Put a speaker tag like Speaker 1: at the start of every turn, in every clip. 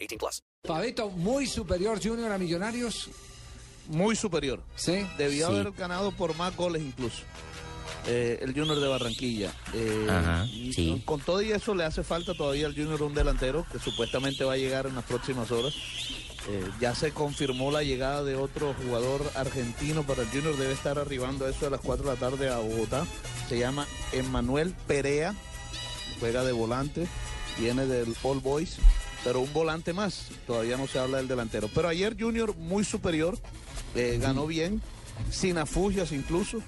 Speaker 1: 18 plus.
Speaker 2: Pavito, muy superior Junior a Millonarios.
Speaker 3: muy superior.
Speaker 2: Sí.
Speaker 3: Debió
Speaker 4: Sí.
Speaker 3: haber ganado por más goles incluso. eh, el Junior de Barranquilla. Eh,
Speaker 5: Ajá,
Speaker 3: y
Speaker 5: sí.
Speaker 3: Con todo y eso le hace falta todavía al Junior un delantero que supuestamente va a llegar en las próximas horas. Eh, ya se confirmó la llegada de otro jugador argentino para el Junior. Debe estar arribando a eso a las 4 de la tarde a Bogotá. Se llama Emmanuel Perea. Juega de volante. Viene del All Boys. Pero un volante más. Todavía no se habla del delantero. Pero ayer Junior muy superior. eh, ganó bien. Sin afugias incluso.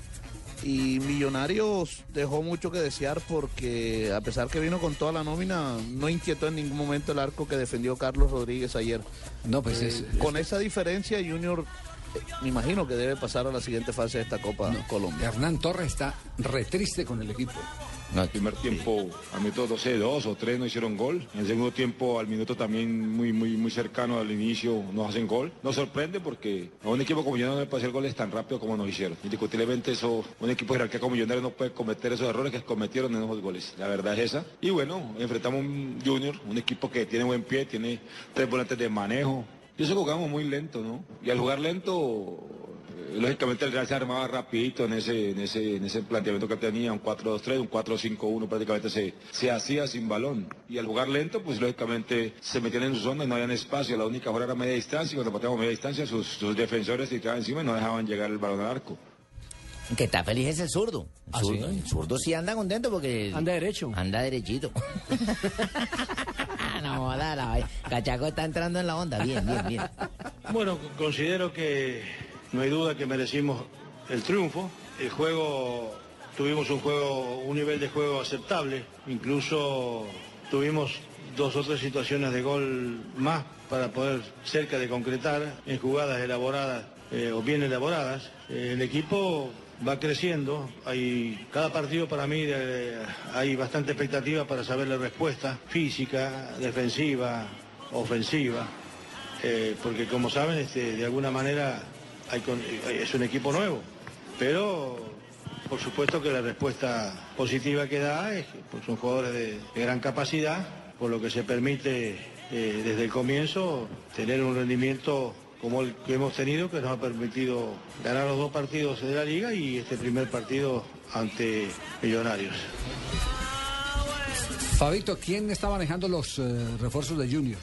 Speaker 3: Y Millonarios dejó mucho que desear porque a pesar que vino con toda la nómina, no inquietó en ningún momento el arco que defendió Carlos Rodríguez ayer.
Speaker 2: No, pues
Speaker 3: Eh,
Speaker 2: es.
Speaker 3: con esa diferencia, Junior eh, me imagino que debe pasar a la siguiente fase de esta Copa Colombia.
Speaker 2: Hernán Torres está re triste con el equipo.
Speaker 6: primer tiempo al minuto 12, dos o tres no hicieron gol. En el segundo tiempo al minuto también muy, muy, muy cercano al inicio nos hacen gol. Nos sorprende porque a un equipo como Millonarios no le puede hacer goles tan rápido como nos hicieron. Indiscutiblemente eso, un equipo de jerarquía como Millonarios no puede cometer esos errores que cometieron en esos goles. La verdad es esa. Y bueno, enfrentamos un Junior, un equipo que tiene buen pie, tiene tres volantes de manejo. Y eso jugamos muy lento, ¿no? Y al jugar lento eh, Lógicamente el Real se armaba rapidito en ese, en ese, en ese planteamiento que tenía, un 4-2-3, un 4-5-1, prácticamente se, se hacía sin balón. Y al jugar lento, pues lógicamente se metían en su zona y no habían espacio, la única jugada era media distancia, y cuando pateamos media distancia sus, sus defensores se tiraban encima y no dejaban llegar el balón al arco.
Speaker 5: Que está feliz es el zurdo. El,
Speaker 7: ¿Ah,
Speaker 5: zurdo, el zurdo sí anda contento porque.
Speaker 8: Anda derecho.
Speaker 5: Anda derechito. no, joda, la vaina. Cachaco está entrando en la onda. Bien, bien, bien.
Speaker 9: Bueno, considero que no hay duda que merecimos el triunfo. El juego, tuvimos un juego, un nivel de juego aceptable. Incluso tuvimos dos o tres situaciones de gol más para poder cerca de concretar en jugadas elaboradas eh, o bien elaboradas. Eh, el equipo va creciendo. Hay, cada partido para mí eh, hay bastante expectativa para saber la respuesta física, defensiva, ofensiva. Eh, porque como saben, este, de alguna manera hay con- eh, es un equipo nuevo, pero por supuesto que la respuesta positiva que da es que pues, son jugadores de, de gran capacidad, por lo que se permite eh, desde el comienzo tener un rendimiento como el que hemos tenido, que nos ha permitido ganar los dos partidos de la liga y este primer partido ante Millonarios.
Speaker 2: Fabito, ¿quién está manejando los eh, refuerzos de Junior?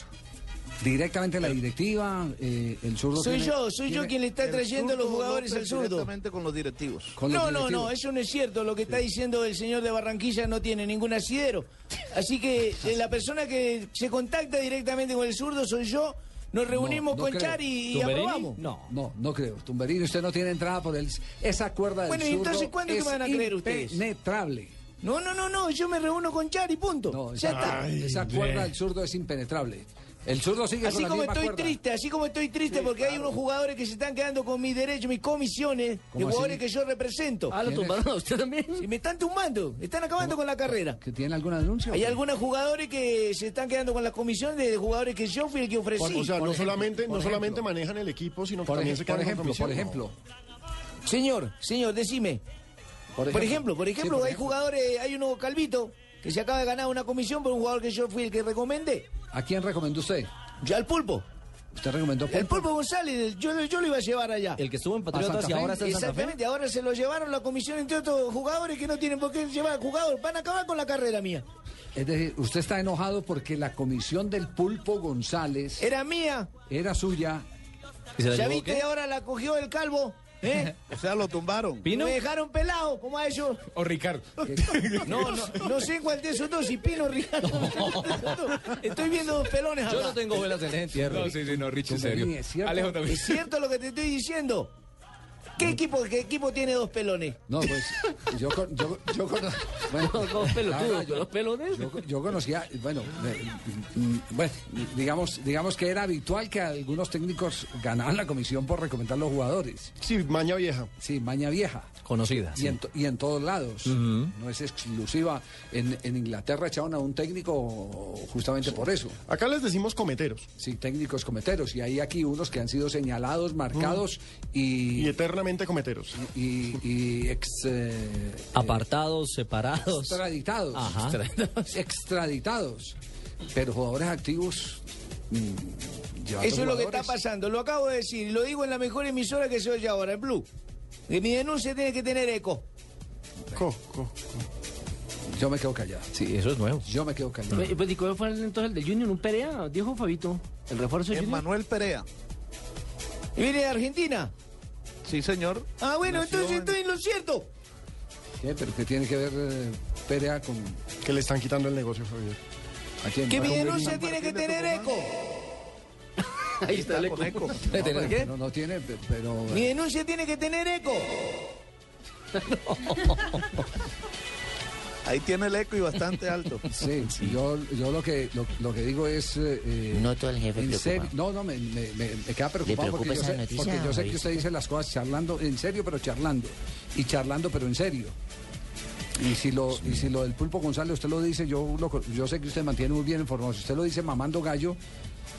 Speaker 2: ¿Directamente la directiva? eh, ¿El zurdo?
Speaker 8: Soy
Speaker 2: tiene-
Speaker 8: yo, soy yo
Speaker 2: tiene-
Speaker 8: quien le está
Speaker 3: El
Speaker 8: trayendo los
Speaker 3: zurdo
Speaker 8: jugadores al
Speaker 3: López
Speaker 8: zurdo.
Speaker 3: Directamente con los directivos.
Speaker 2: con los
Speaker 8: No, no, no,
Speaker 2: directivos?
Speaker 8: eso no es cierto. Lo que está diciendo el señor de Barranquilla no tiene ningún asidero. Así que eh, la persona que se contacta directamente con el zurdo soy yo. Nos reunimos
Speaker 2: no
Speaker 8: con
Speaker 2: creo.
Speaker 8: Char y, y
Speaker 4: ¿Tumberini?
Speaker 8: aprobamos.
Speaker 4: No.
Speaker 2: No, no creo. Tumberini, usted no tiene entrada por el, esa cuerda del
Speaker 8: Bueno, ¿y entonces
Speaker 2: zurdo
Speaker 8: cuándo es que
Speaker 2: es
Speaker 8: me van a creer ustedes?
Speaker 2: Impenetrable.
Speaker 8: No, no, no, no, yo me reúno con Char y punto.
Speaker 2: No,
Speaker 8: ya
Speaker 2: esa,
Speaker 8: está.
Speaker 2: esa cuerda del zurdo es impenetrable. El zurdo sigue con
Speaker 8: Así
Speaker 2: la
Speaker 8: como
Speaker 2: misma
Speaker 8: estoy
Speaker 2: cuerda.
Speaker 8: triste, así como estoy triste porque hay unos jugadores que se están quedando con mis derechos, mis comisiones, de
Speaker 2: ¿Cómo así? Ah,
Speaker 8: jugadores que yo represento.
Speaker 2: lo tumbaron
Speaker 8: a usted también? me están tumbando, están acabando con la carrera.
Speaker 2: ¿Que tiene alguna denuncia?
Speaker 8: Hay algunos jugadores que se están quedando con las comisiones de jugadores que yo fui el que ofrecí.
Speaker 7: o sea,
Speaker 2: por
Speaker 7: no,
Speaker 2: ejemplo,
Speaker 7: solamente,
Speaker 2: por
Speaker 7: no solamente
Speaker 2: ejemplo.
Speaker 7: manejan el equipo, sino que
Speaker 2: Por,
Speaker 7: también
Speaker 2: ej- por
Speaker 7: se quedan con
Speaker 2: ejemplo, por
Speaker 7: comisión, ¿no?
Speaker 2: ejemplo.
Speaker 8: Señor, señor, decime. Por ejemplo, por ejemplo,
Speaker 2: Sí, por
Speaker 8: hay jugadores, hay uno calvito que se acaba de ganar una comisión por un jugador que yo fui el que recomendé.
Speaker 2: ¿A quién recomendó usted?
Speaker 8: Ya el pulpo.
Speaker 2: ¿Usted recomendó
Speaker 8: El pulpo González, yo, yo lo iba a llevar allá.
Speaker 10: El que estuvo en
Speaker 2: ¿A
Speaker 10: Patriotas
Speaker 2: Santa
Speaker 10: y
Speaker 2: Fe?
Speaker 10: ahora está en Santa Fe.
Speaker 8: Exactamente, ahora se lo llevaron la comisión entre otros jugadores que no tienen por qué llevar jugadores. Van a acabar con la carrera mía.
Speaker 2: Es decir, usted está enojado porque la comisión del pulpo González
Speaker 8: Era mía.
Speaker 2: era suya.
Speaker 10: ¿Y se la
Speaker 8: ¿Ya
Speaker 10: llevó
Speaker 8: viste?
Speaker 10: qué?
Speaker 8: Ahora la cogió el calvo. ¿Eh?
Speaker 3: O sea, lo tumbaron.
Speaker 8: Me dejaron pelado, como a ellos.
Speaker 10: O Ricardo.
Speaker 8: No, no, no sé cuál de esos dos, si Pino o Ricardo. Estoy viendo dos pelones acá.
Speaker 10: Yo no tengo velas en el entierro.
Speaker 2: Tumberini, ¿es cierto?
Speaker 8: ¿Es cierto lo que te estoy diciendo?
Speaker 10: Mm.
Speaker 8: ¿Qué equipo, qué equipo tiene dos pelones?
Speaker 2: No, pues yo, con- yo, yo con- bueno,
Speaker 7: Dos pelotudos,
Speaker 2: Clara, yo-
Speaker 7: dos pelones.
Speaker 2: Yo, yo conocía, bueno, eh, mm, bueno, digamos, digamos que era habitual que algunos técnicos ganaban la comisión por recomendar los jugadores.
Speaker 10: Sí, maña vieja.
Speaker 2: Sí, maña vieja.
Speaker 7: Conocida.
Speaker 2: Y en, to- y en todos lados. No es exclusiva. En, en Inglaterra echaron a un técnico justamente por eso.
Speaker 10: Acá les decimos cometeros
Speaker 2: Sí, técnicos cometeros. Y hay aquí unos que han sido señalados, marcados
Speaker 10: y
Speaker 2: y,
Speaker 10: eternamente cometeros.
Speaker 2: y, y ex, eh,
Speaker 7: Apartados, separados.
Speaker 2: extraditados.
Speaker 7: Ajá.
Speaker 2: Extraditados. Extraditados. Pero jugadores activos. mm,
Speaker 10: Ah,
Speaker 2: llevando
Speaker 8: Eso es lo que está
Speaker 2: jugadores.
Speaker 8: pasando. Lo acabo de decir y lo digo en la mejor emisora que se oye ahora, en Blue. Que mi denuncia tiene que tener eco.
Speaker 10: Co, co.
Speaker 2: Yo me quedo callado.
Speaker 7: Sí, eso es nuevo.
Speaker 2: Yo me quedo callado.
Speaker 7: Pues, pues, ¿y cuál fue el- entonces el del Junior? ¿Un Perea? Dijo Fabito. ¿El refuerzo de Junior?
Speaker 3: Manuel Perea.
Speaker 8: ¿Y viene de Argentina?
Speaker 3: Sí, señor.
Speaker 8: Ah, bueno,
Speaker 3: Nació
Speaker 8: entonces
Speaker 3: en-
Speaker 8: estoy en lo cierto.
Speaker 2: ¿Qué? ¿Pero qué tiene que ver eh, Perea con
Speaker 10: Que le están quitando el negocio, Javier.
Speaker 2: a quién?
Speaker 8: Que
Speaker 2: No,
Speaker 8: mi
Speaker 2: no,
Speaker 8: denuncia
Speaker 3: San
Speaker 8: tiene que
Speaker 3: Martín de
Speaker 8: tener eco.
Speaker 3: Tucumán.
Speaker 7: Ahí está el
Speaker 3: Con
Speaker 7: eco.
Speaker 3: eco.
Speaker 7: ¿De tener
Speaker 2: pero-
Speaker 7: qué?
Speaker 2: No, no tiene, pe- pero.
Speaker 8: Mi denuncia tiene que tener eco.
Speaker 3: Ahí tiene el eco y bastante alto.
Speaker 2: Sí, Yo, yo lo que lo, lo que digo es. eh, eh,
Speaker 5: Noto al jefe
Speaker 2: en serio-
Speaker 5: preocupado.
Speaker 2: No, no, me, me, me- me queda
Speaker 5: preocupa
Speaker 2: preocupado porque yo,
Speaker 5: esa
Speaker 2: sé,
Speaker 5: noticia,
Speaker 2: porque yo sé que
Speaker 5: Fabito?
Speaker 2: usted dice las cosas charlando, en serio, pero charlando. Y charlando, pero en serio. Y si, lo, y si lo del Pulpo González usted lo dice, yo, lo co- yo sé que usted mantiene muy bien informado. Si usted lo dice mamando gallo,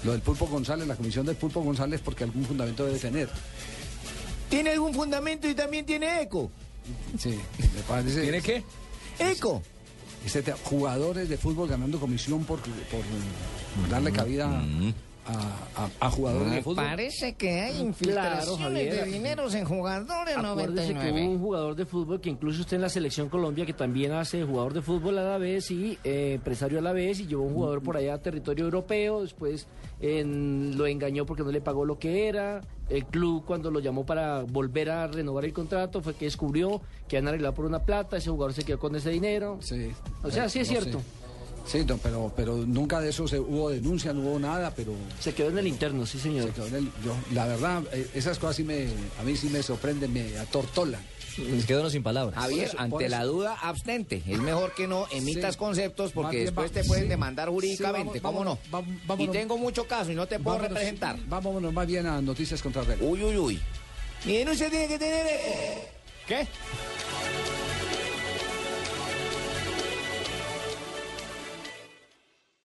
Speaker 2: lo del Pulpo González, la comisión del Pulpo González, porque algún fundamento debe tener.
Speaker 8: Tiene algún fundamento y también tiene eco.
Speaker 2: Sí, me parece.
Speaker 7: ¿Tiene qué?
Speaker 8: Eco.
Speaker 2: Este te- jugadores de fútbol ganando comisión por, por, eh, darle cabida a, a- a jugadores de fútbol.
Speaker 5: Parece que hay
Speaker 7: Javier.
Speaker 5: dineros en jugadores
Speaker 7: Acuérdese que hubo un jugador de fútbol que incluso usted en la selección Colombia que también hace jugador de fútbol a la vez y eh, empresario a la vez y llevó un jugador por allá a territorio europeo, después en- lo engañó porque no le pagó lo que era, el club cuando lo llamó para volver a renovar el contrato fue que descubrió que han arreglado por una plata, ese jugador se quedó con ese dinero.
Speaker 2: Sí. eh,
Speaker 7: O sea, sí es
Speaker 2: No
Speaker 7: cierto.
Speaker 2: sé. Sí, no, pero, pero nunca de eso se, hubo denuncia, no hubo nada, pero...
Speaker 7: Se quedó en el interno, sí señor.
Speaker 2: se quedó en el- yo- la verdad, eh, esas cosas sí me, a mí sí me sorprenden, me atortolan.
Speaker 7: Se quedó sin palabras.
Speaker 5: Javier,
Speaker 2: Por eso, por
Speaker 5: ante la
Speaker 2: eso.
Speaker 5: duda, abstente. Es mejor que no emitas
Speaker 2: Sí.
Speaker 5: conceptos
Speaker 2: Más
Speaker 5: porque
Speaker 2: bien
Speaker 5: después
Speaker 2: va-
Speaker 5: te pueden
Speaker 2: sí.
Speaker 5: demandar
Speaker 2: Sí,
Speaker 5: jurídicamente,
Speaker 2: vamos-
Speaker 5: ¿cómo no?
Speaker 2: vamos- vámonos.
Speaker 5: Y tengo mucho caso y no te puedo
Speaker 2: Vámonos-
Speaker 5: representar.
Speaker 2: Vámonos más bien a noticias contra reloj.
Speaker 5: Uy, uy, uy.
Speaker 8: Mi denuncia tiene que tener eco.
Speaker 5: ¿Qué?